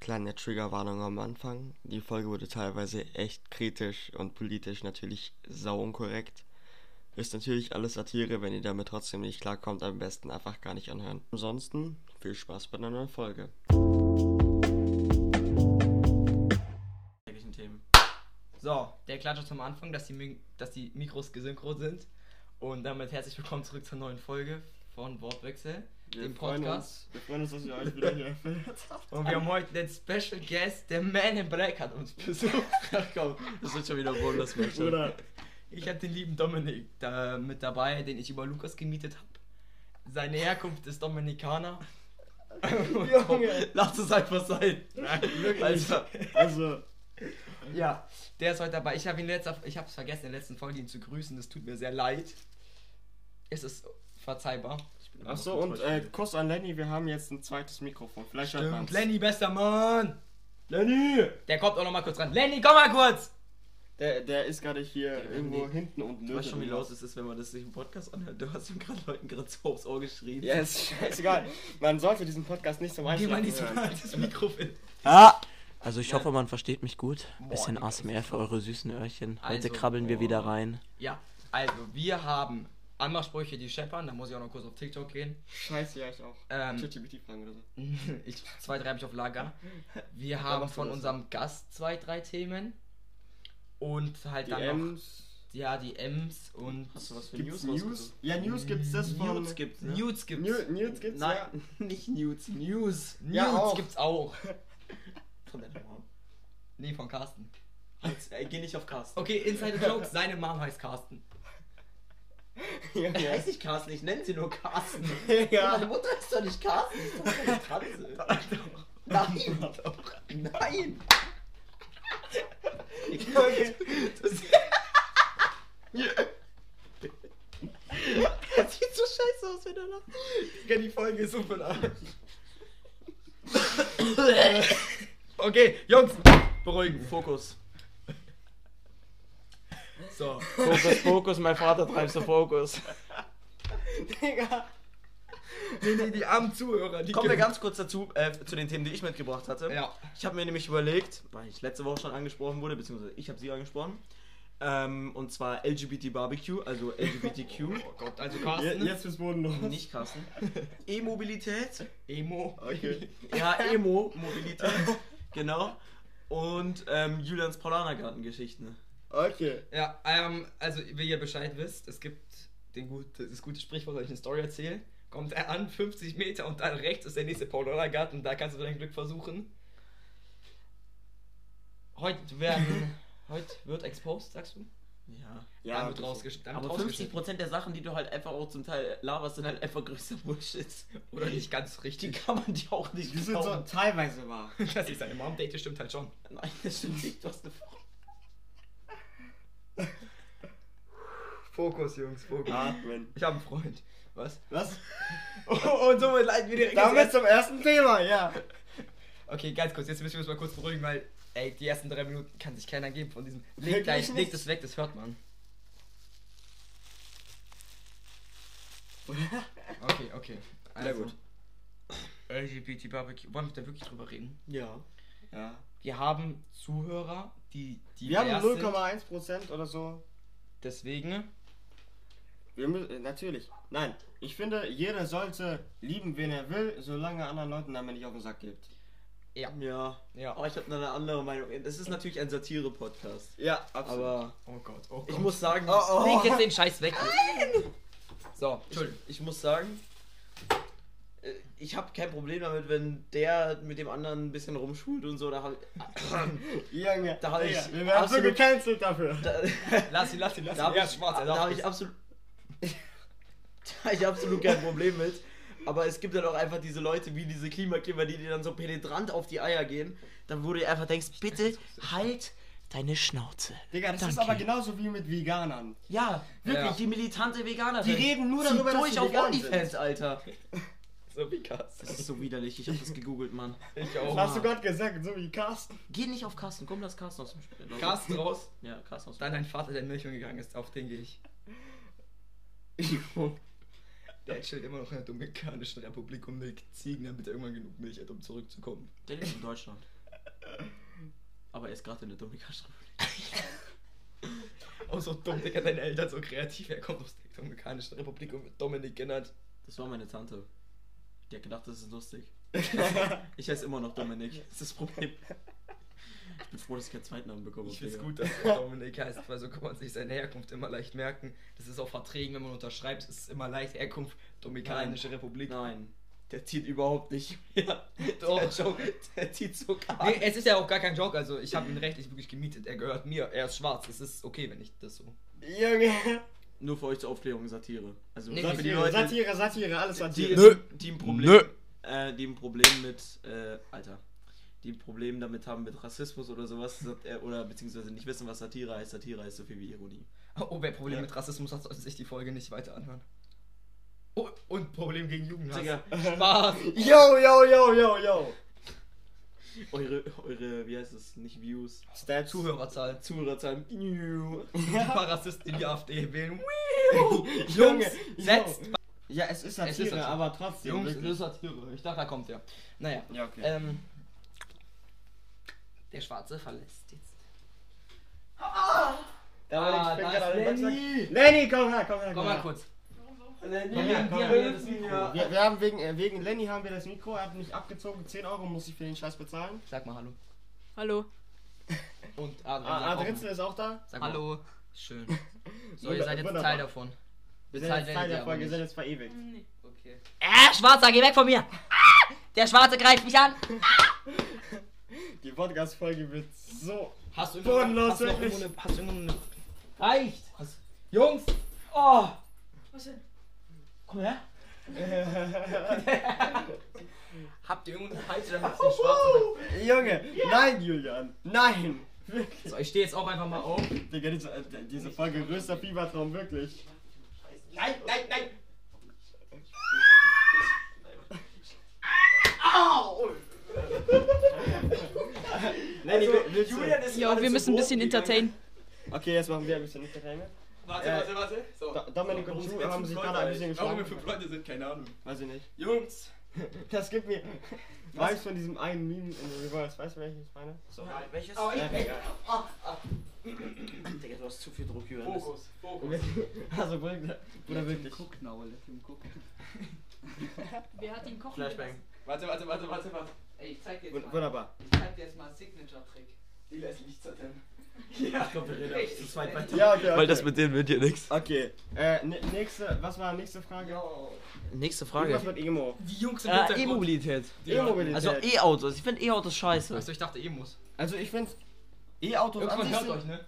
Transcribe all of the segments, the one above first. kleine Triggerwarnung am Anfang. Die Folge wurde teilweise echt kritisch und politisch natürlich sau unkorrekt. Ist natürlich alles Satire, wenn ihr damit trotzdem nicht klarkommt, am besten einfach gar nicht anhören. Ansonsten viel Spaß bei einer neuen Folge. täglichen Themen. So, der Klatscher zum Anfang, dass die, Mi- dass die Mikros gesynchron sind. Und damit herzlich willkommen zurück zur neuen Folge von Wortwechsel, dem Uns. Podcast. Wir freuen uns, dass ihr euch wieder hier erfährt. Und wir haben heute den Special Guest, der Man in Black hat uns besucht. Ach komm, das wird schon wieder Bundesmensch. Bruder. Ich habe den lieben Dominik da mit dabei, den ich über Lukas gemietet habe. Seine Herkunft ist Dominikaner. Junge. Lass es einfach sein. Wirklich. Also, Also, ja, der ist heute dabei. Ich habe ihn letzter, ich habe es vergessen in der letzten Folge ihn zu grüßen. Das tut mir sehr leid. Es ist verzeihbar. Achso, und äh, Kuss an Lenny, wir haben jetzt ein zweites Mikrofon. Vielleicht hört man's. Stimmt. Lenny, bester Mann. Lenny! Der kommt auch noch mal kurz ran. Lenny, komm mal kurz. Der, der ist gerade hier irgendwo nee. hinten und du weißt nötigt schon, wie irgendwas. laut es ist, wenn man das sich im Podcast anhört. Du hast ihm gerade Leuten gerade so aufs Ohr geschrien. Ja, ist scheißegal. Man sollte diesen Podcast nicht zum Geh mal Einschlafen in die hören. das Mikrofon. Ah! Also ich hoffe, man versteht mich gut. Boah, Bisschen Digga, das ist ASMR für eure süßen Öhrchen. Also, Heute krabbeln wir wieder rein. Ja, also wir haben Anmachsprüche, die scheppern. Da muss ich auch noch kurz auf TikTok gehen. Scheiße, ja, ich auch. Ähm. ChatGPT fragen oder so. Ich, zwei, drei habe ich auf Lager. Wir haben machst du von das. unserem Gast zwei, drei Themen. Und halt Die dann M's. noch ja, die M's und Hast du was für Gibt's News? News? Ja, News gibt's das von. News gibt's, ne? Nudes gibt's. New- Nudes gibt's Nein, nicht News, News. Nudes Ja, auch. gibt's auch. Von der Mom. Nee, von Carsten. Jetzt, äh, geh nicht auf Carsten. Okay, Inside Jokes, seine Mom heißt Carsten. Ja. Er ja. heißt nicht Carsten, ich nenne sie nur Carsten. Ja. Meine Mutter ist doch nicht Carsten, ist doch eine Transe. Nein, nein. Das sieht so scheiße aus, wenn er lacht. Digga, die Folge ist so von Okay, Jungs, beruhigen. Fokus. So. Fokus, Fokus, mein Vater treibt so Fokus. Digga. Nee, nee, die armen Zuhörer, die Kommen wir ganz kurz dazu, äh, zu den Themen, die ich mitgebracht hatte. Ja. Ich habe mir nämlich überlegt, weil ich letzte Woche schon angesprochen wurde, beziehungsweise ich habe sie angesprochen, ähm, und zwar LGBT Barbecue, also LGBTQ, Oh Gott, also Je, Carsten. jetzt bis Boden los. nicht Carsten, E-Mobilität, Emo. Okay. ja, Emo-Mobilität, genau, und ähm, Julians Paulanergarten-Geschichten. Okay. Ja, ähm, also wie ihr Bescheid wisst, es gibt den gut, das gute Sprichwort, wenn ich eine Story erzähle. Kommt er an, 50 Meter und dann rechts ist der nächste Paul Garten, da kannst du dein Glück versuchen. Heute werden. heute wird exposed, sagst du? Ja. Ja, damit das- rausgesch damit Aber rausgeschnitten. 50% der Sachen, die du halt einfach auch zum Teil laberst, sind halt einfach größter Bullshit. Oder nicht ganz Die richtig. kann man dir auch nicht Die sind so glauben. teilweise wahr. Dass ich seine Mom date, stimmt halt schon. Nein, das stimmt nicht, du hast eine Frau. Fokus, Jungs, Fokus. Atmen. Ich habe einen Freund. Was? Was? und somit leiten wir direkt Damit zum ersten Thema, ja. Okay, ganz kurz, jetzt müssen wir uns mal kurz beruhigen, weil, ey, die ersten drei Minuten kann sich keiner geben von diesem. Wirklich Leg gleich, nicht? legt es weg, das hört man. Okay, okay. Also, Sehr gut. LGBT Barbecue. Wollen wir da wirklich drüber reden? Ja. Ja. Wir haben Zuhörer, die die Wir haben sind, 0,1% oder so. Deswegen. Wir müssen, äh, natürlich. Nein, ich finde, jeder sollte lieben, wen er will, solange er anderen Leuten damit nicht auf den Sack geht. Ja. Ja, Ja. aber ich habe eine andere Meinung. Es ist natürlich ein Satire-Podcast. Ja, Aber Oh Gott, oh Gott. ich muss sagen, Oh, oh. Leg jetzt den Scheiß weg. So, Entschuldigung. ich muss sagen, äh, ich habe kein Problem damit, wenn der mit dem anderen ein bisschen rumschult und so. Da hab, Junge, Da hab ich Digga, wir werden so absolut- gecancelt dafür. da, Lass ihn, lass ihn, lass ihn. da habe Ja, ich, schwarz, er da darf hab das. ich absolut, da hab ich absolut kein Problem mit. Aber es gibt dann auch einfach diese Leute wie diese Klimakleber, die dir dann so penetrant auf die Eier gehen, dann wo du dir einfach denkst, bitte halt deine Schnauze. Digga, das ist Danke. aber genauso wie mit Veganern. Ja, wirklich, Ja. die militante Veganerin. Die reden nur Zieh darüber, dass durch sie auf vegan OnlyFans, Alter. So wie Carsten. Das ist so widerlich, ich hab das gegoogelt, Mann. Ich Das auch. hast du gerade gesagt, so wie Carsten. Geh nicht auf Carsten, komm, lass Carsten aus dem Spiel. Carsten raus. Ja, Carsten aus dem Da dein Vater der Milchung gegangen ist, auf den gehe ich. Der chillt immer noch in der Dominikanischen Republik und milkt Ziegen, damit er irgendwann genug Milch hat, um zurückzukommen. Der lebt in Deutschland. Aber er ist gerade in der Dominikanischen Republik. Oh, so dumm, Digga, deine Eltern so kreativ. Er kommt aus der Dominikanischen Republik und wird Dominik genannt. Das war meine Tante. Die hat gedacht, das ist lustig. ich heiße immer noch Dominik. Das ist das Problem. Ich bin froh, dass ich keinen zweiten Namen bekomme. Ich find's Digga. gut, dass er Dominik heißt, weil so kann man sich seine Herkunft immer leicht merken. Das ist auf Verträgen, wenn man unterschreibt, ist es immer leicht Herkunft Dominikanische Republik. Nein. Der zieht überhaupt nicht mehr. Doch. Der, Joke, der zieht so gar Nee, es ist ja auch gar kein Joke, also ich habe ihn rechtlich wirklich gemietet. Er gehört mir, er ist schwarz. Es ist okay, wenn ich das so. Junge. Nur für euch zur Aufklärung Satire. Also Nee, für die Satire, Leute, Satire, Satire, alles die, Satire. Nö. die ein Problem, Nö. Äh, die ein Problem mit äh, Alter, die ein Problem damit haben mit Rassismus oder sowas sagt er- oder beziehungsweise nicht wissen, was Satire heißt. Satire heißt so viel wie Ironie. Oh, wer Probleme Ja. mit Rassismus hat, sollte sich die Folge nicht weiter anhören. Oh, und Problem gegen Jugendhass. Digga, Spaß. Yo, yo, yo, yo, yo. eure, eure, wie heißt es, nicht Views, Stats. Zuhörerzahl. Zuhörerzahlen. Ein paar Rassisten, die die AfD wählen. Junge, setzt. Ja, es ist Satire, aber trotzdem. Jungs, das ist Satire. Ich dachte, da kommt er. Naja. ja, okay. Ähm, der Schwarze verlässt jetzt. da ah, war da der ist Lenny. Lenny, komm her, komm her, Komm mal kurz. Komm her, komm wir her. haben das Mikro. Wir, wir haben wegen, äh, wegen Lenny haben wir das Mikro, er hat mich abgezogen, 10 Euro muss ich für den Scheiß bezahlen. Sag mal Hallo. Hallo. Und Adrian. Ah, sag auch Adritzel ist auch da. mal. Sag mal. Hallo. Schön. So, ihr Wunder- seid jetzt wunderbar. Teil davon. Wir sind jetzt werdet Teil ihr der aber Folge, wir nicht. sind jetzt verewigt. Okay. Äh, Schwarzer, geh weg von mir! Ah, der Schwarze greift mich an! Die Podcast-Folge wird so. Hast du Bodenlos, hast du noch wirklich. irgendwo eine, hast du irgendwo eine... Reicht! Jungs! Oh! Was denn? Komm her! Habt ihr irgendeine Peitsche, damit es nicht schwarz Junge, nein, Julian, nein! Wirklich. ist? So, ich stehe jetzt auch einfach mal auf. Digga, diese, äh, diese Folge größter Fiebertraum, wirklich. Nein, nein, nein! Lenny, willst du- ist Jo, wir müssen ein bisschen entertainen. Okay, jetzt machen wir ein bisschen Entertainment. Warte, Äh, warte, warte. So. Da- Dominik und Drew haben sich gerade ein bisschen Warum wir geschlagen. fünf Leute sind, keine Ahnung. Weiß ich nicht. Jungs! Das gibt mir Vibes von diesem einen Meme in Reverse. Weißt du, welches ich meine? So. Welches? Oh, Ja, ich... ah. egal. Digga, du hast zu viel Druck, Jürgen. Fokus, Fokus. Also, Bruder, Bruder wirklich. Gucknaul, der Film guckt. Wer hat ihn kochen? Flashbang. Warte, warte, warte, warte, warte. Ey, ich zeig dir jetzt Wund- mal. Wunderbar. Ich zeig dir jetzt mal Signature-Trick. Die lässt nichts zertellen. Ich glaube, wir reden Echt? zu zweit weiter. Ja, okay, okay. Weil das mit denen wird ja nix. Okay. Äh, n- nächste, was war nächste Frage? Nächste Irgendwas mit Emo. Die Jungs halt im Äh, Hintergrund. E-Mobilität. Ja. E-Mobilität. Also E- E-Autos. Ich finde E-Autos scheiße. Achso, ich dachte, ihr muss. also ich finde E-Autos Jungs, an man sich hört sind, euch, ne?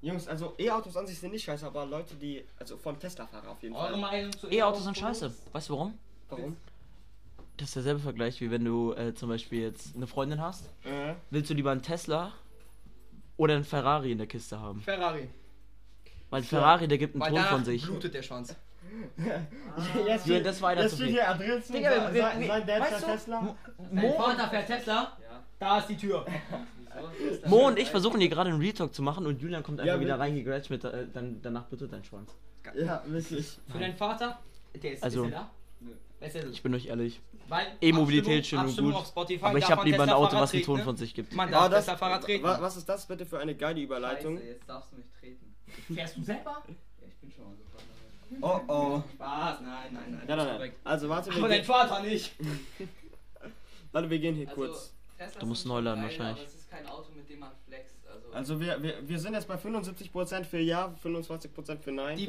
Jungs, also E-Autos an sich sind nicht scheiße, aber Leute, die also von Tesla-Fahrer auf jeden Eure Fall. Meinung zu E-Autos sind scheiße. Weißt du warum? Warum? Das ist derselbe Vergleich, wie wenn du äh, zum Beispiel jetzt eine Freundin hast. Äh, Willst du lieber einen Tesla oder einen Ferrari in der Kiste haben? Ferrari. Weil ein Ferrari, der gibt einen Weil Ton danach von sich. blutet der Schwanz. jetzt Jürgen, das war einer jetzt zu steht viel. hier Adrian Digga, wir- wir- sein, wir- sein Dad weißt ist du- Tesla. Dein Vater fährt Tesla? Ja. Da ist die Tür. Wieso? Mo und ich versuchen hier gerade einen Real Talk zu machen und Julian kommt einfach Ja, wieder wir- reingegrätscht mit, äh, dann, danach blutet dein Schwanz. Ja, wirklich. Für deinen Vater? Der ist, Also- ist er da? Nö. Wer ist er denn? Ich bin euch ehrlich. Weil E-Mobilität Abstimmung- schön und Abstimmung gut, auf Spotify, Aber ich darf habe man lieber ein Tesla-Fahrer Auto, was einen Ton treten, von ne? sich gibt. Man Ah, darf das, Tesla-Fahrer treten. wa- was ist das bitte für eine geile Überleitung? Scheiße, jetzt darfst du mich treten. Fährst du selber? Ja, ich bin schon mal gefahren. aber- Oh oh. Spaß, nein, nein, nein. Nein, nein, nein. korrekt. Also warte, wir, Aber dein gehen, Vater nicht. warte, wir gehen hier Also, kurz. Teslas Du musst sind neu laden schon geil, wahrscheinlich. Aber es ist kein Auto, mit dem man flext. Also, Also wir, wir, wir sind jetzt bei 75% für Ja, 25% für Nein. Die 25%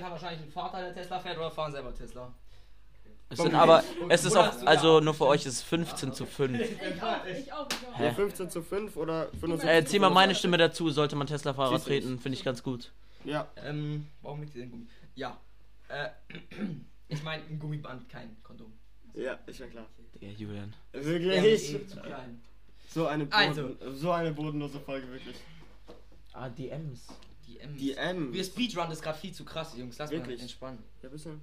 haben wahrscheinlich einen Vater, der Tesla fährt oder fahren selber Tesla. Es Komm, sind wir- aber, es ist Bruder, auch, also nur für euch ist es 15 zu 5. Ich auch, ich auch, ich auch. Ja, Hä? 15 zu 5 oder 75 Äh, zieh mal zu meine Stimme dazu, sollte man Tesla-Fahrer Siehst du treten, finde ich ganz gut. 5. Ja, Ähm, warum liegt ihr denn Gummi? Ja. Äh, ich meine, ein Gummiband, kein Kondom. ja, ist ja klar. Digga, Julian. Der ist Wirklich. eh zu klein. So eine, Boden, Also. so eine bodenlose Folge, wirklich. Ah, DMs. Die M. Die M. Wir Speedrun ist gerade viel zu krass, Jungs. Lass mal Wirklich? entspannen. Ja, bisschen.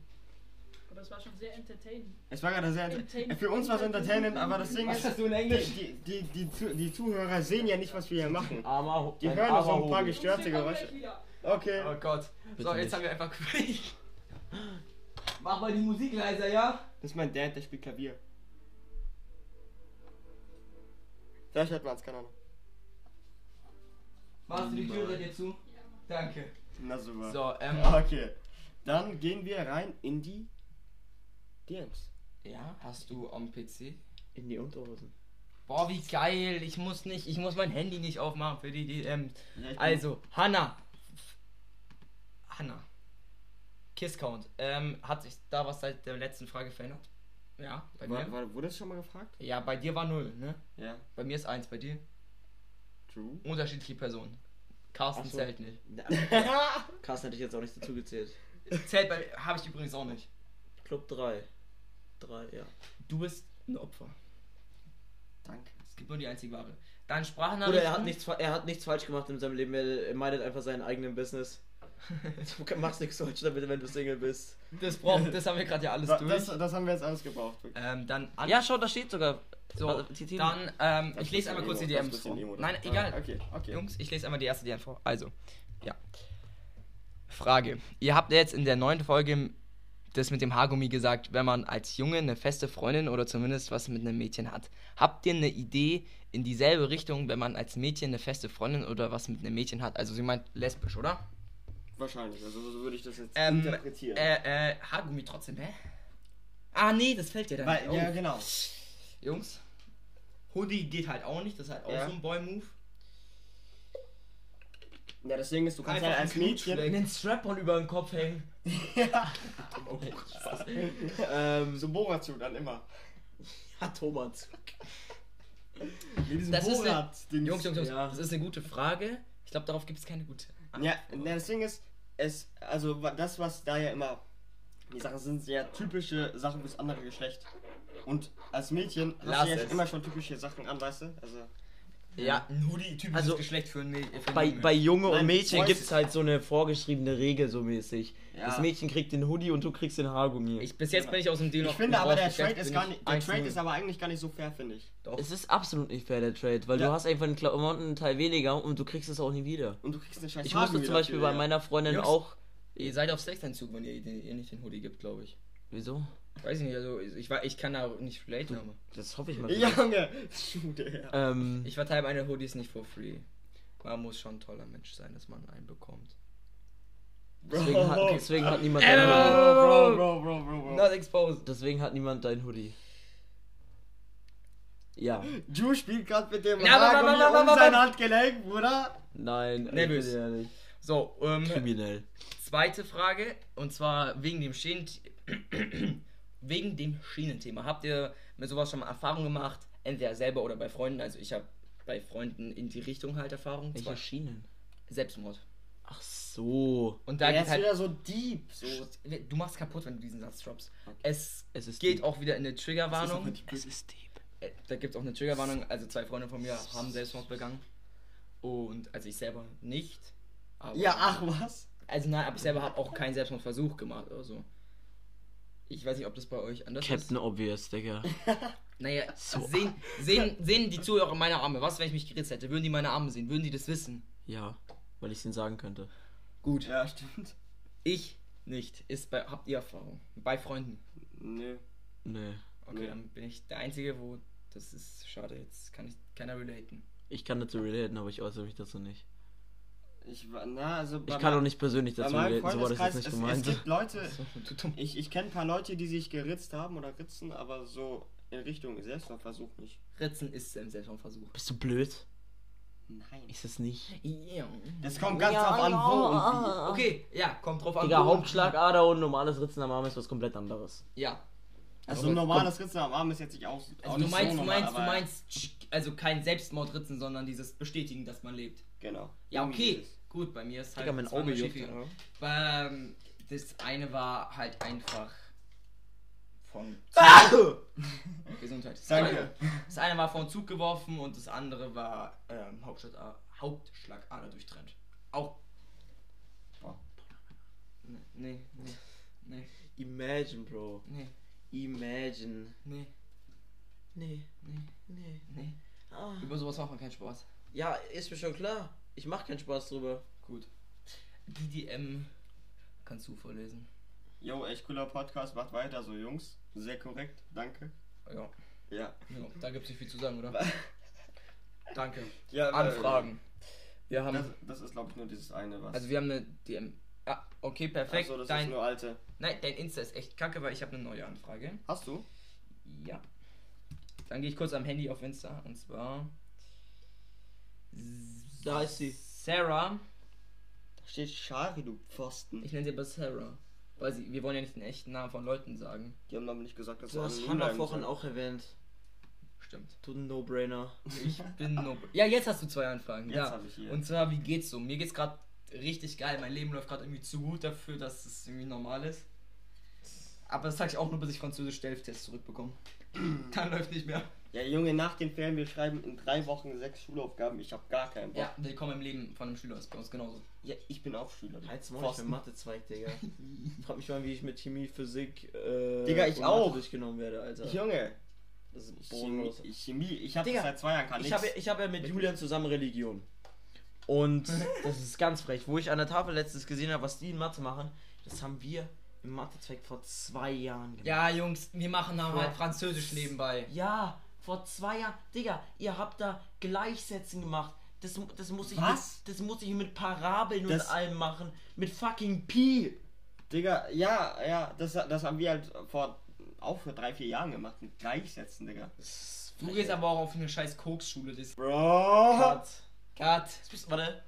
Aber es war schon sehr entertaining. Es war gerade sehr enter- Für uns war es entertainend, aber das Ding Was ist, hast du in Englisch? die, die, die, Zu- die Zuhörer sehen ja nicht, was wir hier machen. Armer Ho- Die ein hören nur so armer ein paar Hobo. gestörte Geräusche. Oh Okay. Gott. so, Bitte jetzt nicht. haben wir einfach Quick. Mach mal die Musik leiser, ja? Das ist mein Dad, der spielt Klavier. Vielleicht hört man es, keine Ahnung. Machst du die Tür bei dir zu? Danke. Na super. So, ähm. Okay. Dann gehen wir rein in die DMs. Ja, hast du am PC? In die Unterhosen. Boah, wie geil. Ich muss nicht, ich muss mein Handy nicht aufmachen für die DMs. Ja, ich bin- Also, Hanna. Hanna. Kisscount. Ähm, hat sich da was seit der letzten Frage verändert? Ja, bei War, mir. war, wurde das schon mal gefragt? Ja, bei dir war null, ne? Ja. Bei mir ist eins, bei dir. True. Unterschiedliche Personen. Carsten Ach so. zählt nicht. Carsten hätte ich jetzt auch nicht dazu gezählt. Zählt bei habe ich übrigens auch nicht. Club 3. 3, ja. Du bist ein Opfer. Danke. Es gibt nur die einzige Ware. Dann Sprachnachrichten. Oder er hat, nichts, fa- er hat nichts falsch gemacht in seinem Leben, er er meidet einfach seinen eigenen Business. Du machst nichts falsch damit, wenn du Single bist. Das brauchen, das haben wir gerade ja alles Da, durch. das, das haben wir jetzt alles gebraucht. wirklich. ähm, dann an Ja, schau, da steht sogar. so, Warte, die Themen. dann ähm, Das ich lese ist einmal kurz die Emo, das DMs ist ein vor. Emo, oder? Nein, Ah, egal. Okay, okay. Jungs, ich lese einmal die erste DM vor. Also, ja. Frage. Ihr habt ja jetzt in der neunten Folge das mit dem Haargummi gesagt, wenn man als Junge eine feste Freundin oder zumindest was mit einem Mädchen hat. Habt ihr eine Idee in dieselbe Richtung, wenn man als Mädchen eine feste Freundin oder was mit einem Mädchen hat? Also sie meint lesbisch, oder? Wahrscheinlich. Also so würde ich das jetzt Ähm, interpretieren. Äh, äh, Haargummi trotzdem, hä? Ah, nee, das fällt dir dann Weil, nicht ja, auf. genau. Jungs, Hoodie geht halt auch nicht, das ist halt auch Ja. so ein Boy-Move. Ja, das Ding ist, du kannst halt als einen Mädchen. einen Strap-On über den Kopf hängen. Okay. Ähm, So Borat-Suit dann immer. hat Thomas. Mit diesem Das ist eine- den Jungs, Jungs, Jungs, Ja. das ist eine gute Frage. Ich glaube, darauf gibt es keine gute. Ja, na, das Ding ist, es, also wa- das, was da ja immer, die Sachen sind sehr typische Sachen fürs andere Geschlecht. Und als Mädchen hast Lass du ja es. immer schon typische Sachen an, weißt du? Also, Ja, ein Hoodie, typisches Also, Geschlecht für ein Mädchen. Bei, bei Junge Nein, und Mädchen Boys- gibt es halt so eine vorgeschriebene Regel so mäßig. Ja. Das Mädchen kriegt den Hoodie und du kriegst den Haargummi. ich, bis jetzt bin Genau. ich aus dem Deal ich noch finde gut aber, der rausgegangen, Trade ist bin gar ich nicht, der Trade 1-0. ist aber eigentlich gar nicht so fair, finde ich. es ist absolut nicht fair, der Trade, weil Ja. du hast einfach einen Kla- einen Teil weniger und du kriegst es auch nie wieder. Und du kriegst eine scheiß Ich musste Haargummi zum Beispiel dafür, bei meiner Freundin Jungs. auch. Ihr seid auf Sexentzug, wenn ihr, den- ihr nicht den Hoodie gibt, glaube ich. Wieso? Weiß ich nicht, also ich, war, ich kann da nicht relaten, aber. Das hoffe ich mal. ja. Junge, Schule, ja. Ähm, Ich verteile meine Hoodies nicht for free. Man muss schon ein toller Mensch sein, dass man einen bekommt. deswegen, hat, deswegen hat niemand Äh, deinen Bro, bro, Hoodie. bro, bro, Oh. bro. Not exposed. Deswegen hat niemand deinen Hoodie. Ja. Ju spielt gerade mit dem Ja, aber- aber- aber- Haargummi aber- um sein Handgelenk, Bruder. Nein. Nervös. ich bin ja nicht. So, Hm. ähm, Kriminell. zweite Frage. Und zwar wegen dem Schienen... wegen dem Schienenthema. Habt ihr mit sowas schon mal Erfahrung gemacht? Entweder selber oder bei Freunden. Also ich habe bei Freunden in die Richtung halt Erfahrung. Zwar Welche Schienen? Selbstmord. Ach so. Und da er geht ist halt... wieder so deep. So. Du machst kaputt, wenn du diesen Satz droppst. Es, Es ist geht deep. auch wieder in eine Triggerwarnung. Es ist deep. Äh, da gibt es auch eine Triggerwarnung. Also zwei Freunde von mir haben Selbstmord begangen. Und also ich selber nicht. Aber Ja, ach was? Also nein, aber ich selber habe auch keinen Selbstmordversuch gemacht oder so. Ich weiß nicht, ob das bei euch anders Captain Obvious, Digga. ist. Naja, sehen, sehen, sehen die Zuhörer meine Arme. Was, wenn ich mich geritzt hätte? Würden die meine Arme sehen? Würden die das wissen? Ja, weil ich es ihnen sagen könnte. Gut. Ja, stimmt. Ich nicht. Ist bei, habt ihr Erfahrung? Bei Freunden. Nö. Nee. Okay, Nee. dann bin ich der Einzige, wo. Das ist schade, jetzt kann ich keiner relaten. Ich kann dazu relaten, aber ich äußere mich dazu nicht. Ich war, na, also bei Ich kann mein- auch nicht persönlich bei dazu meinem relaten, so war das Freundeskreis, jetzt nicht es, gemeint. es gibt Leute, Du dumm. ich, ich kenne ein paar Leute, die sich geritzt haben oder ritzen, aber so in Richtung Selbstmordversuch nicht. Ritzen ist ein Selbstmordversuch. Bist du blöd? Nein. Ist es nicht? Ja. Das kommt ganz drauf an, wo und Okay, ja, kommt drauf an. Digga, wo- Hauptschlagader und um normales Ritzen am Arm ist was komplett anderes. Ja, wie. Also ein normales Ritzen am Arm ist jetzt nicht auch, auch Also nicht du so meinst, du normal, meinst, du aber- meinst, tsch, also kein Selbstmordritzen, sondern dieses Bestätigen, dass man lebt. Genau. Ja, Irgendwie okay. dieses- Gut, bei mir ist halt. Digga, mein das war Auge mal juckt. schiefgegangen. Alter. Ähm, das eine war halt einfach von Gesundheit. Das Danke. eine- Das eine war vom Zug geworfen und das andere war ähm, Hauptschlag, Hauptschlagader durchtrennt. Auch. Boah. Nee, nee, nee, Imagine, Bro. nee, Imagine. nee, Nee, nee, nee. nee. Ah. Über sowas macht man keinen Spaß. Ja, ist mir schon klar. Ich mach keinen Spaß drüber. Gut. Die DM kannst du vorlesen. Jo, echt cooler Podcast, macht weiter so, Jungs. Sehr korrekt, danke. Ja, genau. Ja. ja da gibt es nicht viel zu sagen, oder? Danke. ja Anfragen. Wir haben. Äh, Das, das ist, glaube ich, nur dieses eine, was. also wir haben eine DM. Ah, okay, perfekt. Achso, das ist dein, nur alte. nein, dein Insta ist echt kacke, weil ich habe eine neue Anfrage. Hast du? Ja. Dann gehe ich kurz am Handy auf Insta. Und zwar. Da ist sie. Sarah. Da steht Schari, du Pfosten. Ich nenne sie aber Sarah. Weil sie, wir wollen ja nicht den echten Namen von Leuten sagen. Die haben aber nicht gesagt, dass Du hast anonym Hannah bleiben vorhin soll. auch erwähnt. Stimmt. Du No-Brainer. Ich bin no Ja, jetzt hast du zwei Anfragen. Ah. Jetzt ja. hab ich hier. Und zwar, wie geht's so? Mir geht's gerade richtig geil. Mein Leben läuft gerade irgendwie zu gut dafür, dass es irgendwie normal ist. Aber das sag ich auch nur, bis ich französisch Delftest zurückbekomme. Dann läuft nicht mehr. Ja, Junge, nach den Ferien, wir schreiben in drei Wochen sechs Schulaufgaben. Ich habe gar keinen Bock. Ja, willkommen Oh, im Leben von einem Schüler ist bei uns genauso. Ja, ich bin auch Schüler. du Halt's Maul, ich bin Pfosten. Mathezweig, Digga. Frag mich mal, wie ich mit Chemie, Physik, äh, Digga, ich und auch. Mathe durchgenommen werde, Alter. Junge, Das ist Chemie, bodenlos. Chemie, ich habe Digga, seit zwei Jahren kann Ich habe ich hab ja mit Julian zusammen Religion. Und das ist ganz frech. Wo ich an der Tafel letztens gesehen habe, was die in Mathe machen, das haben wir im Mathezweig vor zwei Jahren gemacht. Ja, Jungs, wir machen da halt Französisch nebenbei. Ja, vor zwei Jahren. Digga, ihr habt da Gleichsetzen gemacht. Das, mu- das, muss, ich Was? Mit, das muss ich mit Parabeln Das- und allem machen. Mit fucking Pi. Digga, ja, ja, das, das haben wir halt vor, auch vor drei, vier Jahren gemacht. Mit Gleichsätzen, Digga. Du gehst aber auch auf eine scheiß Koksschule. Das Bro! Cut. Cut. Warte.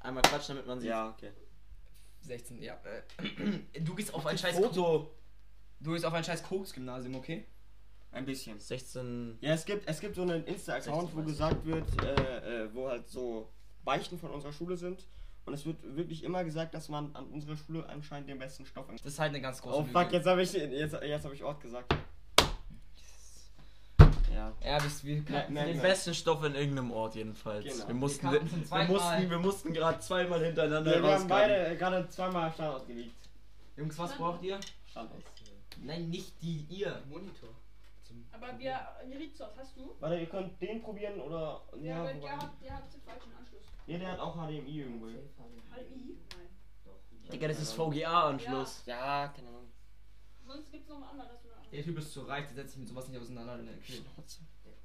Einmal klatschen, damit man sieht. Ja, okay. 16, ja. äh, Du gehst auf ein Scheiß scheiß Ko- Foto. Du gehst auf ein scheiß Koks-Gymnasium, okay? Ein bisschen. 16. Ja, es gibt, es gibt so einen Insta-Account, wo 16, gesagt wird, äh, äh, wo halt so Beichten von unserer Schule sind. Und es wird wirklich immer gesagt, dass man an unserer Schule anscheinend den besten Stoff Das ist halt eine ganz große Oh fuck, Lüge. jetzt habe ich, jetzt, jetzt hab ich Ort gesagt. Ja. Ja, bist wir Mer- merken Den wir. besten Stoff in irgendeinem Ort jedenfalls. Genau. Wir mussten. kannten schon Wir zweimal. mussten, wir mussten gerade zweimal hintereinander Wir haben rausgraben. beide gerade zweimal Standort gelegt. Jungs, was braucht ihr? Standort. Nein, nicht die, ihr. Monitor. Aber wir, Rizot, hast du? Warte, ihr könnt den probieren oder. Ja, aber wobei- der hat, der hat den falschen Anschluss. Nee, der hat auch HDMI irgendwo. Halb I? Nein. Digga, das ist VGA-Anschluss. Ja, keine Ahnung. Sonst gibt's noch ein anderes. Oder anderes. Der Typ ist zu reich, der setzt sich mit sowas nicht auseinander. Ne?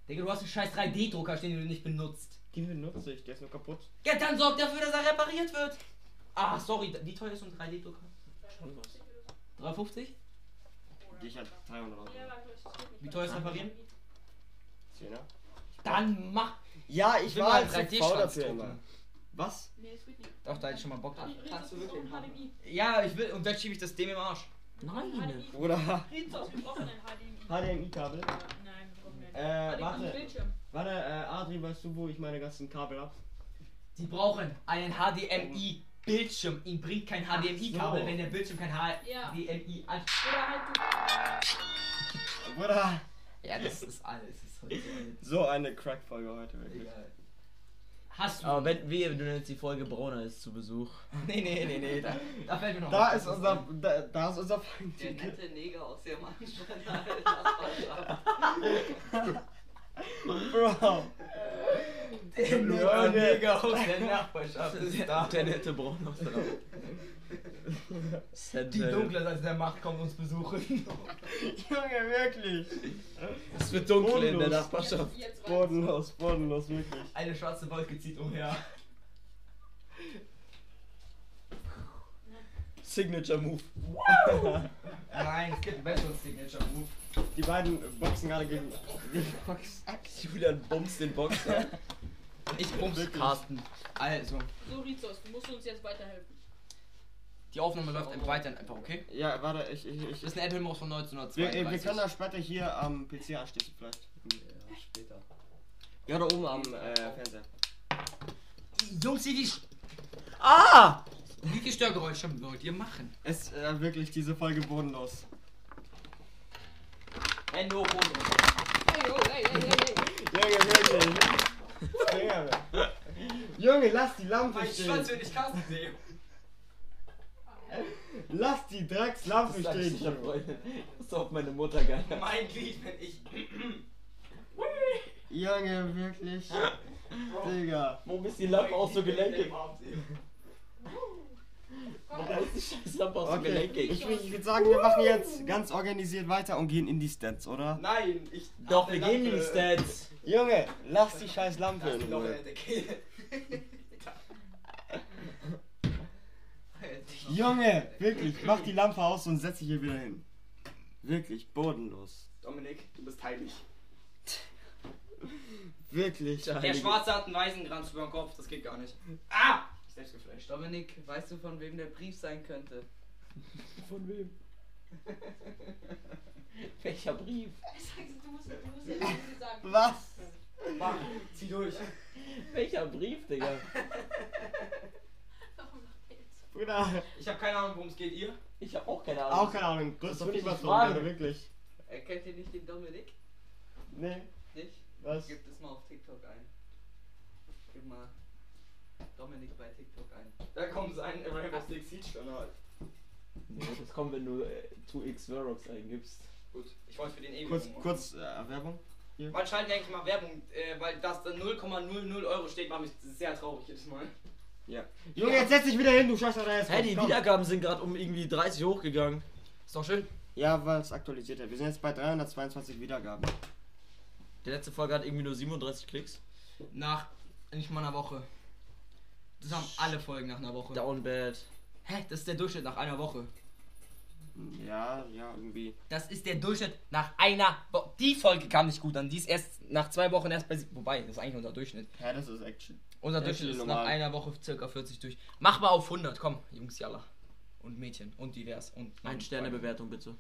Digga, du hast einen scheiß 3D-Drucker stehen, den du nicht benutzt. Den benutze ich, der ist nur kaputt. Ja, dann sorg dafür, dass er repariert wird. Ah, sorry, wie teuer ist so ein 3D-Drucker? 350? Geh ich halt 300 Euro. Ja, aber das steht nicht. Oh, Wie teuer ist reparieren? Zehner. Dann mach. Ja, ich, war halt zu faul dafür immer. drucken. Was? Nee, es geht nicht. Doch, da hätte ich schon mal Bock drauf. Rizot ist auch ein HDMI. Ja, ich will. Und dann schiebe ich das dem im Arsch. Nein. HDMI. Oder Rizot, wir brauchen ein HDMI. HDMI-Kabel. Nein, wir brauchen Äh, ein warte, Bildschirm. warte, äh, Adri, weißt du, wo ich meine ganzen Kabel hab? Die brauchen einen HDMI-Bildschirm. Ihnen bringt kein HDMI-Kabel, so. wenn der Bildschirm kein Ja. HDMI anschließt. Oder halt du. Oder? Ja, das ist alles. Das ist heute so alt. So eine Crack-Folge heute, wirklich. Egal. Hast du. Aber wenn wir, du nennst die Folge Brauner ist zu Besuch. Nee, nee, nee, nee. Da, da fällt mir noch Da was ist unser, da, da ist unser Der Folgentitel. nette Neger aus dem Anschluss. Bro. Der Ja, Neger aus der Nachbarschaft ist da. Der nette Brauner. Die äh, dunkle Seite der Macht kommt uns besuchen. Junge, wirklich. Es wird dunkel in der Bodenlos. Nachbarschaft. Jetzt, jetzt reicht's. Bodenlos, bodenlos, wirklich. Eine schwarze Wolke zieht umher. Signature Move. Nein, es gibt einen besseren Signature Move. Die beiden boxen gerade gegen. gegen Box. Julian bumst den Boxer. Ich bumse Carsten. Also, So, Rizos, du musst uns jetzt weiterhelfen. die Aufnahme läuft im Weiteren einfach, okay? Ja, warte, ich. ich, Das ich ist ein Apple Maus von wir, wir 1932. können das später hier am PC anschließen, vielleicht. Ja, später. Ja, da oben am äh, Fernseher. Jungs, wie die, Ah! wie die Störgeräusche wollt ihr machen? Es äh, wirklich diese Folge bodenlos. Hände hoch, Hände hoch. Hey, oh, hey, hey, hey, hey. Junge, wirklich. Junge. Junge, lass die Lampe stehen. wenn ich Carsten sehe. Lass die Dreckslampe Sag ich stehen. nicht, Junge. Freundin. Das ist auf meine Mutter geil. Mein Glied, wenn ich. Junge, wirklich. Digga. Warum ist die Lampe auch so gelenkig? Komm, Warum ist die scheiß Lampe auch so Okay, gelenkig? ich, will- ich würde sagen, wir machen jetzt ganz organisiert weiter und gehen in die Stats, oder? Nein, ich. Doch, wir gehen in die Stats. Junge, lass die scheiß Lampe in Ruhe. Junge, wirklich, mach die Lampe aus und setz dich hier wieder hin. Wirklich, bodenlos. Dominik, du bist heilig. Wirklich. Der Schwarze hat einen Waisenkranz über dem Kopf, das geht gar nicht. Ah! Ich selbst geflasht. Dominik, weißt du, von wem der Brief sein könnte? Von wem? Welcher Brief? Sagst du, du musst, du musst jetzt irgendwie sagen. Was? Mach, zieh durch. Welcher Brief, Digga? Warum lacht er jetzt? Bruder, Ich habe keine Ahnung, worum es geht. Ihr? Ich hab auch keine Ahnung. auch keine Ahnung. Also, Das ist doch nicht nicht was die von Frage. mir, wirklich. Äh, kennt ihr nicht den Dominik? Nee, Nicht? was? Gebt es mal auf TikTok ein. Gib mal Dominik bei TikTok ein. Da kommt sein Rainbow Six Siege Kanal. Nee, das kommt, wenn du äh, 2x Verox eingibst. Gut, ich wollte für den eh eben. Kurz, kurz, äh, Werbung? Wann schalten wir eigentlich mal Werbung? Äh, weil das da 0,00 Euro steht, macht mich sehr traurig jedes Mal. Junge, jetzt setz dich wieder hin, du scheißer Reis. Hey, die Wiedergaben sind gerade um irgendwie 30 hochgegangen. Ist doch schön. Ja, weil es aktualisiert hat. Wir sind jetzt bei 322 Wiedergaben. Die letzte Folge hat irgendwie nur 37 Klicks. Nach nicht mal einer Woche. Das haben alle Folgen nach einer Woche. Down bad. Hä? Das ist der Durchschnitt nach einer Woche. Ja, ja, irgendwie. Das ist der Durchschnitt nach einer Woche. Die Folge kam nicht gut an. Die ist erst nach zwei Wochen erst bei sie. Wobei, das ist eigentlich unser Durchschnitt. Ja, das ist Action. Unser Ja, Durchschnitt ist ist normal. nach einer Woche circa 40 durch. Mach mal auf 100, komm, Jungs, jalla. Und Mädchen und divers und Ein Sterne Bewertung bitte.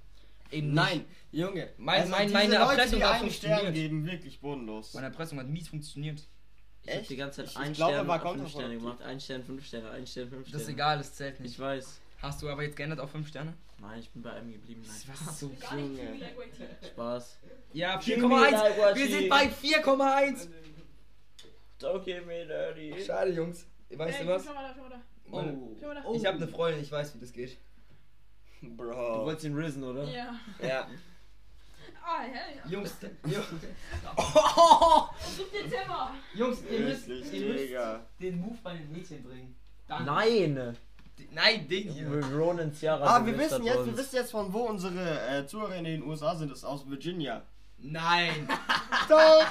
Eben Nein, nein. Junge. Also, Mein- mein- diese meine Leute, Erpressung die hat einen Stern funktioniert. geben, wirklich bodenlos. Meine Erpressung hat mies funktioniert. Ich hab Echt? die ganze Zeit Ich- ein ich glaube, Stern war und fünf Sterne kontraproduktiv. gemacht. Ein Stern, fünf Sterne, ein Stern, fünf Das Sterne. ist egal, das zählt Ich nicht. weiß. Hast du aber jetzt geändert auf 5 Sterne? Nein, ich bin bei einem geblieben. Nein. Was so? Gar nicht Junge. Kimi Lagwaiti. Spaß. Ja, Kimi 4,1. Lagwaji. Wir sind bei 4,1. Okay, me dirty. Schade, Jungs. Weißt Ey, du was? Schau mal da, schau mal da. Meine- Oh. Schau mal da. Ich habe eine Freundin, ich weiß, wie das geht. Du Bro. wolltest ihn risen, oder? Ja. Ja. Ah, hä? Ja. Jungs, Jungs, Und zum Dezember. Jungs, ihr müsst, Wirklich, ihr müsst Digga. den Move bei den Mädchen bringen. Danke. Nein! Nein, den hier. Ronan Ciara. Ah, wir semestert wissen jetzt, uns. wir wissen jetzt von wo unsere äh, Zuhörer in den USA sind. Das ist aus Virginia. Nein. Doch!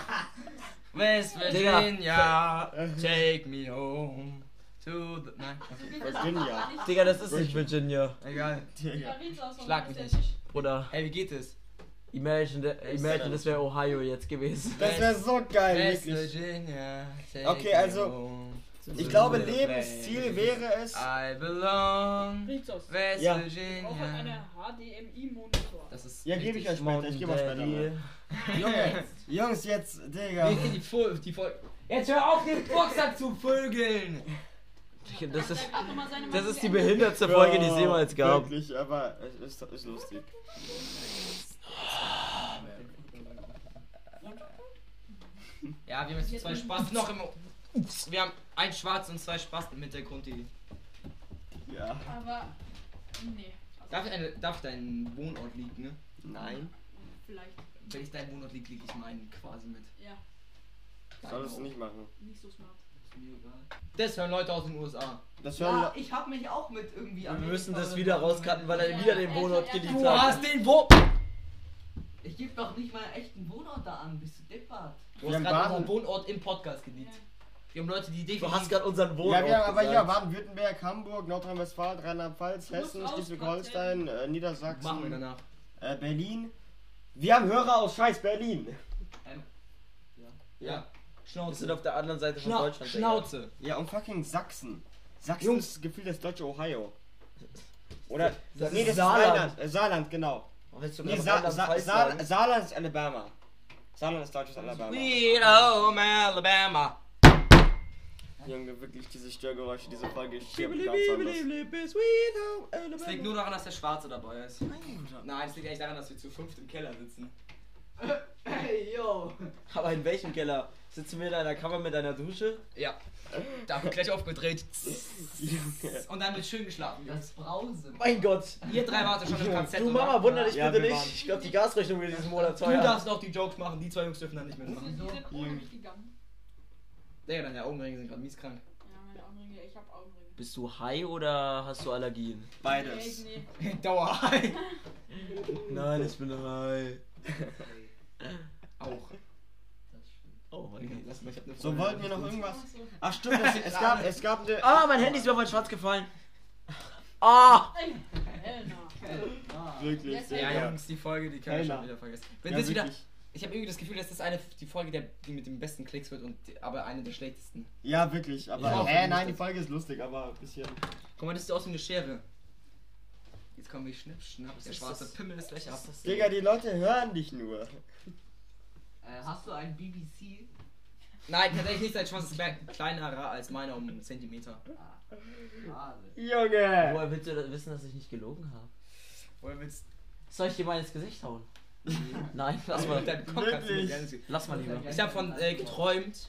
West Digga. Virginia, take me home to the... Nein, okay. Virginia. Digga, das ist nicht Virginia. egal. Digga. Ja, Rizzo aus Schlag mich Manchester. nicht. Oder Hey, wie geht es? Imagine, der- imagine denn? das wäre Ohio jetzt gewesen. Das wäre so geil, West wirklich. Virginia, take Okay, me also, home. Ich glaube, Virginia. Lebensziel wäre es. I belong, Rizos. West Ja. Auch an Virginia. einer HDMI-Monitor. Das ist Ja, gebe ich euch später. Ich gebe euch später. mal. Junge, Jungs, jetzt, Digga. Die, die, Fol- die Fol- Jetzt hör auf, den Boxsack zu vögeln! Digga, Das ist, Ach, noch mal seine das ist die Meinung behindertste Folge, die es Bro, jemals gab. Wirklich, aber es ist, ist lustig. Ja, wir haben jetzt zwei Spasten noch im. Ups, wir haben einen schwarzen und zwei Spasten im Hintergrund, die. Ja. geändert. Aber. Nee. Also, Darf ich, eine, darf ich deinen Wohnort liegen, ne? Nein. Vielleicht. Wenn ich deinen Wohnort liege, liege ich meinen quasi mit. Ja. Solltest du nicht machen. Nicht so smart. Das hören Leute aus den USA. Das hören Le- ich hab mich auch mit irgendwie Wir müssen das wieder rauscutten, weil er Ja, wieder den ja, Wohnort ja, geleakt ja. Du hat. hast den Wo. Ich geb doch nicht mal echten Wohnort da an, bist du deppert. Du Wir hast haben gerade unseren Baden- Wohnort im Podcast geleakt. Wir haben Leute, die definitiv. Du hast gerade unseren Wohnort. Ja, wir haben aber hier gesagt. Baden-Württemberg, Hamburg, Nordrhein-Westfalen, Rheinland-Pfalz, Du musst Hessen, rauscutten. Schleswig-Holstein, äh, Machen wir Niedersachsen, danach. äh, Berlin. Wir haben Hörer aus scheiß Berlin. Ja. Wir sind Schnauze. auf der anderen Seite von Schna Deutschland. Digga. Schnauze. Ja, und fucking Sachsen. Sachsen Jungs. ist gefühlt das deutsche Ohio. Oder, Das nee, ist das ist Saarland. Rheinland. Äh, Saarland, genau. Oh, willst du Nee, gerade Sa Sa Rheinland-Pfalz Saar- sagen? Saarland ist Alabama. Saarland ist deutsches Alabama. Sweet home Alabama. Junge, wirklich diese Störgeräusche, diese Folge stirbt ganz anders. Es liegt nur daran, dass der Schwarze dabei ist. Nein, es liegt eigentlich daran, dass wir zu fünft im Keller sitzen. Aber in welchem Keller? Sitzen wir in einer Kammer mit einer Dusche? Ja. Da wird gleich aufgedreht. Junge. Und dann wird schön geschlafen. Das Brause. Mein Gott! Ihr drei wartet schon im KZ. Du oder? Mama, wunder dich Ja, bitte wir nicht. waren- Ich glaube, die Gasrechnung wird diesen Monat Du teuer. darfst noch die Jokes machen, die zwei Jungs dürfen dann nicht Die mitmachen. sind Hm. ohne mich gegangen. Digga, deine Augenringe sind gerade mies krank. Ja, meine Augenringe. Ich hab Augenringe. Bist du high oder hast du Allergien? Beides. Nee, nee. Dauer. Nein, ich bin high. Auch. Oh mein Gott. Lass mal, ich hab eine So Freundin. wollten wir noch irgendwas. Ach so. Ach stimmt, es, es gab es gab eine. Ah, mein Handy ist mir auf mein Schwarz gefallen. Ah! Elna. Wirklich. Jetzt Ja, Ja. Jungs, die Folge, die kann ich Keiner. schon wieder vergessen. Wenn Ja, das wieder, wirklich. ich habe irgendwie das Gefühl, dass das eine die Folge, der, die mit den besten Klicks wird und die, aber eine der schlechtesten. Ja, wirklich. Aber Ich hoffe, äh, nicht, nein, die dass- Folge ist lustig, aber ein bisschen. Guck mal, das sieht aus wie eine Schere. Jetzt kommen wir schnipp, schnapp, der ist schwarze das? Pimmel ist gleich ab. Digga, die Leute hören dich nur. Äh, hast du einen BBC? Nein, tatsächlich nicht, sein Schwanz ist klein, kleinerer als meiner um einen Zentimeter. Schade. Junge! Woher willst du da wissen, dass ich nicht gelogen habe? Woher willst Soll ich dir mal ins Gesicht hauen? Nein, lass du mal. mit deinem Kopf kannst du mir Wirklich? gerne sehen. Lass mal lieber. Ich habe von äh, geträumt,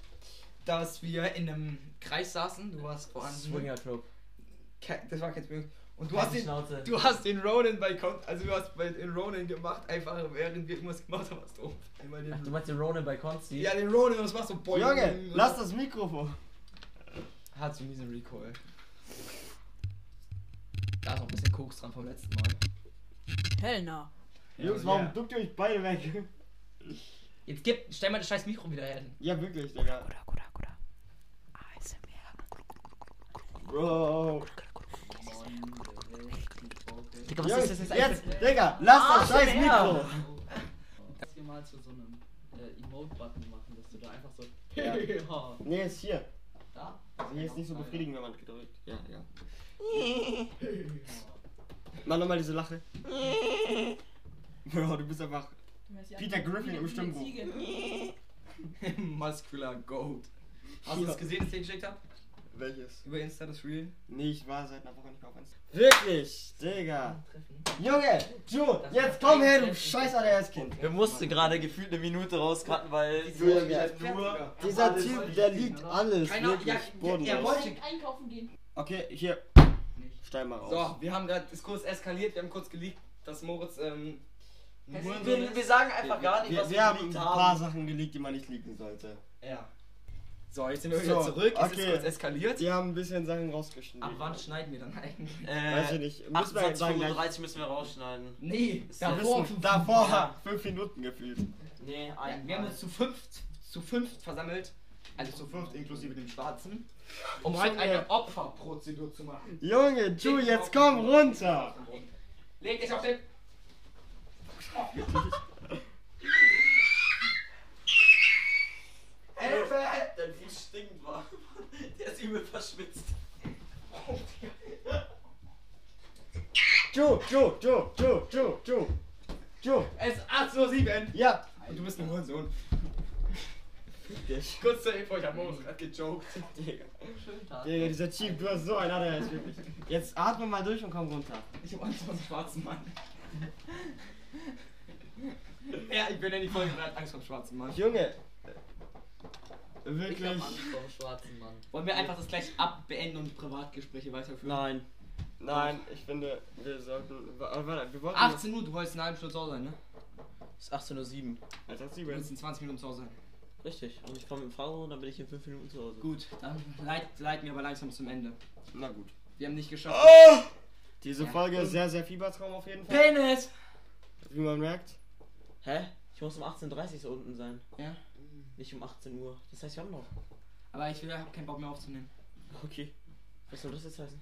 dass wir in einem Kreis saßen. Du warst vorhanden. Swinger Club. Ke- Das war kein Swinger. Und du hast den Schnauze. Du hast den Ronin bei Count, also du hast bei den Ronin gemacht, einfach während wir irgendwas gemacht haben, hast du einmal Ach, du den, meinst den Ronan bei Consti? Ja, den Ronin und das machst du boing. Junge, lass das Mikrofon. Hat so miesen Recall. Da ist noch ein bisschen Koks dran vom letzten Mal. Helena. Jungs, warum duckt ihr euch beide weg? Jetzt gib, stell mal das scheiß Mikro wieder her. Ja, wirklich, Digga. Bro. Digga, was Jungs, ist Ah, das jetzt eigentlich? jetzt, Digga, lass das scheiß Mikro. Lass hier mal zu so einem äh, Emote-Button machen, dass du da einfach so. Ja. Ja. Nee, ist hier. Da? Also hier ist nicht so befriedigend, wenn man gedrückt. Ja, ja. Mach nochmal diese Lache. Bro, du bist einfach. Peter Griffin im Stimmbuch. Muscular Goat. Hast du das gesehen, das ich dir geschickt habe? Welches? Über Insta, das Real? Nee, ich war seit einer Woche nicht mehr auf Insta. Wirklich, Digga. Junge, Ju, jetzt komm her, du scheiß ADS-Kind. Wir mussten gerade gefühlt eine Minute rauskratten, weil. Junge, Nur. dieser Typ, der liegt alles Keine Ahnung, ja, wirklich er bodenlos. wollte. Einkaufen gehen. Okay, hier. Steig mal raus. So, wir haben gerade, ist kurz eskaliert, wir haben kurz geleakt, dass Moritz, ähm. ein Hurensohn Wir, ist. wir sagen einfach gar nicht, Wir, was wir haben ein geleakt paar Sachen geleakt, die man nicht leaken sollte. Ja. So, jetzt sind wir So, wieder zurück. Es ist okay. kurz eskaliert. Die haben ein bisschen Sachen rausgeschnitten. Ab wann schneiden wir dann eigentlich? Weiß ich Äh, nicht. Müssen wir jetzt 28, sagen, gleich. 35 müssen wir rausschneiden. Nee, Wir davor. wissen, davor, fünf Minuten gefühlt. Nee, Ja, ein. wir haben uns zu fünft, zu fünft versammelt. Also zu fünft inklusive dem Schwarzen. Um heute eine Opferprozedur zu machen. Junge, Ju, jetzt komm runter! Leg dich auf den. Dein Fuß stinkt war. Der ist übel verschwitzt. Ju, Ju, Ju, Ju, Ju, Ju. Ju, Es ist 8.07 ja. Und du bist ein Hurensohn. Dich. Kurz zur Info, ich hab Moritz gerade gejoked. Digga, Schönen Tag. Digga, dieser Chief, du hast so einen ADHS, wirklich. Jetzt atme mal durch und komm runter. Ich hab Angst vor dem schwarzen Mann. ja, ich bin in die Folge gerade Angst vor dem schwarzen Mann. Junge. Ich hab Wirklich. Angst vor dem schwarzen Mann. Wollen wir einfach das gleich abbeenden und Privatgespräche weiterführen? Nein. Nein, ich finde, wir sollten. wa- ah, Warte, wir wollten. 18 Uhr, du wolltest einen halben Stunde zu Hause sein, ne? Ist 18.07 Uhr. Als hast du Du übrigens. willst in 20 Minuten zu Hause sein. Richtig. Und ich komme mit dem Fahrrad und dann bin ich in 5 Minuten zu Hause. Gut, dann leit, leiten wir aber langsam zum Ende. Na gut. Wir haben nicht geschafft. Diese Ja. Folge ist sehr, sehr Fiebertraum auf jeden Fall. Penis! Wie man merkt. Hä? Ich muss um 18.30 Uhr so unten sein. Ja. Nicht um 18 Uhr. Das heißt, wir haben noch. Aber ich will, hab keinen Bock mehr aufzunehmen. Okay. Was soll das jetzt heißen?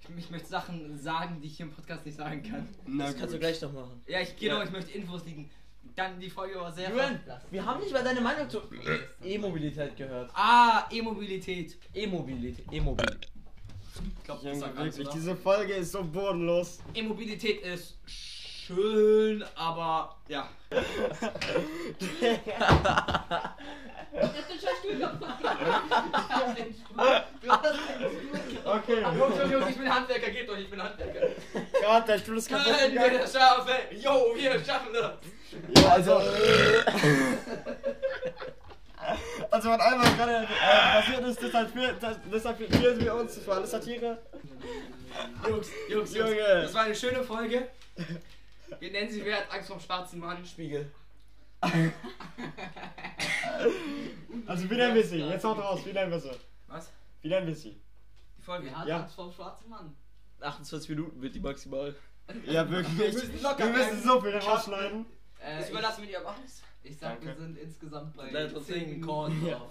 Ich, ich möchte Sachen sagen, die ich hier im Podcast nicht sagen kann. Na das kannst du gleich noch machen. Ja, ich genau, ich möchte Infos liegen. Dann die Folge war sehr. ver- Wir haben nicht mal deine Meinung zu E-Mobilität gehört. Ah, E-Mobilität. E-Mobilität. E-Mobilität. Ich glaube, das Junge, sagt alles, wirklich. oder? Diese Folge ist so bodenlos. E-Mobilität ist schön, aber ja. Ich hab den Scheißstuhl gehabt. Okay. Jungs, Jungs, Jungs, ich bin Handwerker, geht euch, ich bin Handwerker. Gott, der Stuhl ist kaputt. Können wir gegangen. das schaffen? Jo, wir schaffen das. Ja, also. also, wenn einmal gerade äh, passiert ist, deshalb für- das- deshalb führen wir uns für alle Satire. Jungs, Jungs, Jungs. Junge. Das war eine schöne Folge. Wir nennen sie Wer hat Angst vom schwarzen Mann? Spiegel. Also, wieder ein bisschen. Jetzt haut raus, wieder ein bisschen. Was? Wieder ein bisschen. Die Folge. Wer hat Ja. Angst vor dem schwarzen Mann? 48 Minuten wird die maximal. Ja, wirklich. Wir müssen müssen, locker bleiben. so viel rausschneiden. Äh, Das ich, überlassen wir dir aber alles. ich sag, wir Danke. sind insgesamt bei Bleib trotzdem 10 Minuten Korn drauf.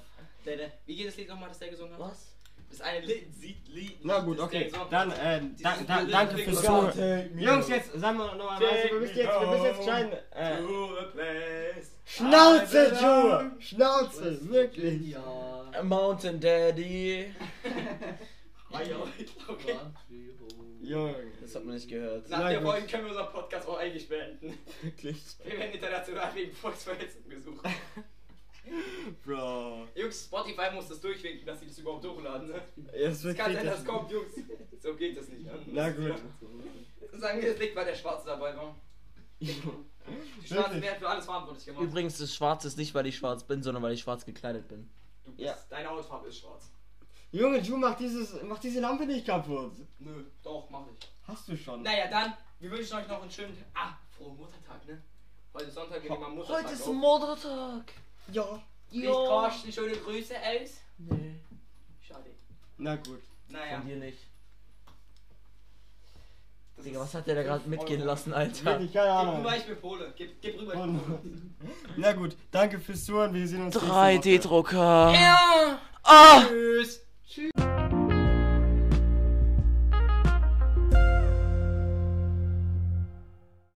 Wie geht das Lied nochmal, das der gesungen hat? Was? Das eine Lied sieht Lied. Na gut, okay. Dann, äh, da, da, danke fürs Take Zuhören. Jungs, jetzt, sagen wir nochmal, Take wir müssen me jetzt, wir müssen jetzt home entscheiden. Äh, I Schnauze, belong. Joe! Schnauze, wirklich. Ja. äh, Mountain Daddy. Okay. Junge. Das hat man nicht gehört. Nach der Nein, Folge können wir unseren Podcast auch eigentlich beenden. Wirklich. Wir werden international wegen Volksverhetzung gesucht. Bro. Jungs, Spotify muss das durchwinken, dass sie das überhaupt hochladen. Ne? Jetzt Das kann sein, dass es wirklich. kommt, Jungs. So geht das nicht. Ne? Na gut. Sagen wir, es liegt, weil der Schwarze dabei war. Die Schwarzen Wirklich? werden für alles verantwortlich gemacht. Übrigens, das Schwarz ist nicht, weil ich schwarz bin, sondern weil ich schwarz gekleidet bin. Du bist, Ja. Deine Hautfarbe ist schwarz. Junge, Ju, mach, dieses, mach diese Lampe nicht kaputt. Nö, doch, mach ich. Hast du schon. Naja, dann, wir wünschen euch noch einen schönen Tag. Ah, frohen Muttertag, ne? Heute ist Sonntag, wir nehmen am Muttertag Heute ist auf. Muttertag. Ja. Riecht Carsten schöne Grüße aus? Nee. Schade. Na gut. Naja. Von dir nicht. das Digga, ist was Ah. hat der da gerade fünf mitgehen Euro. lassen, Alter? Wirklich, keine Gib rüber, Ahnung. ich befehle. Gib, gib rüber, ich befehle. Na gut, danke fürs Zuhören. Wir sehen uns nächste Woche. 3D-Drucker. Ja. Ah! Tschüss.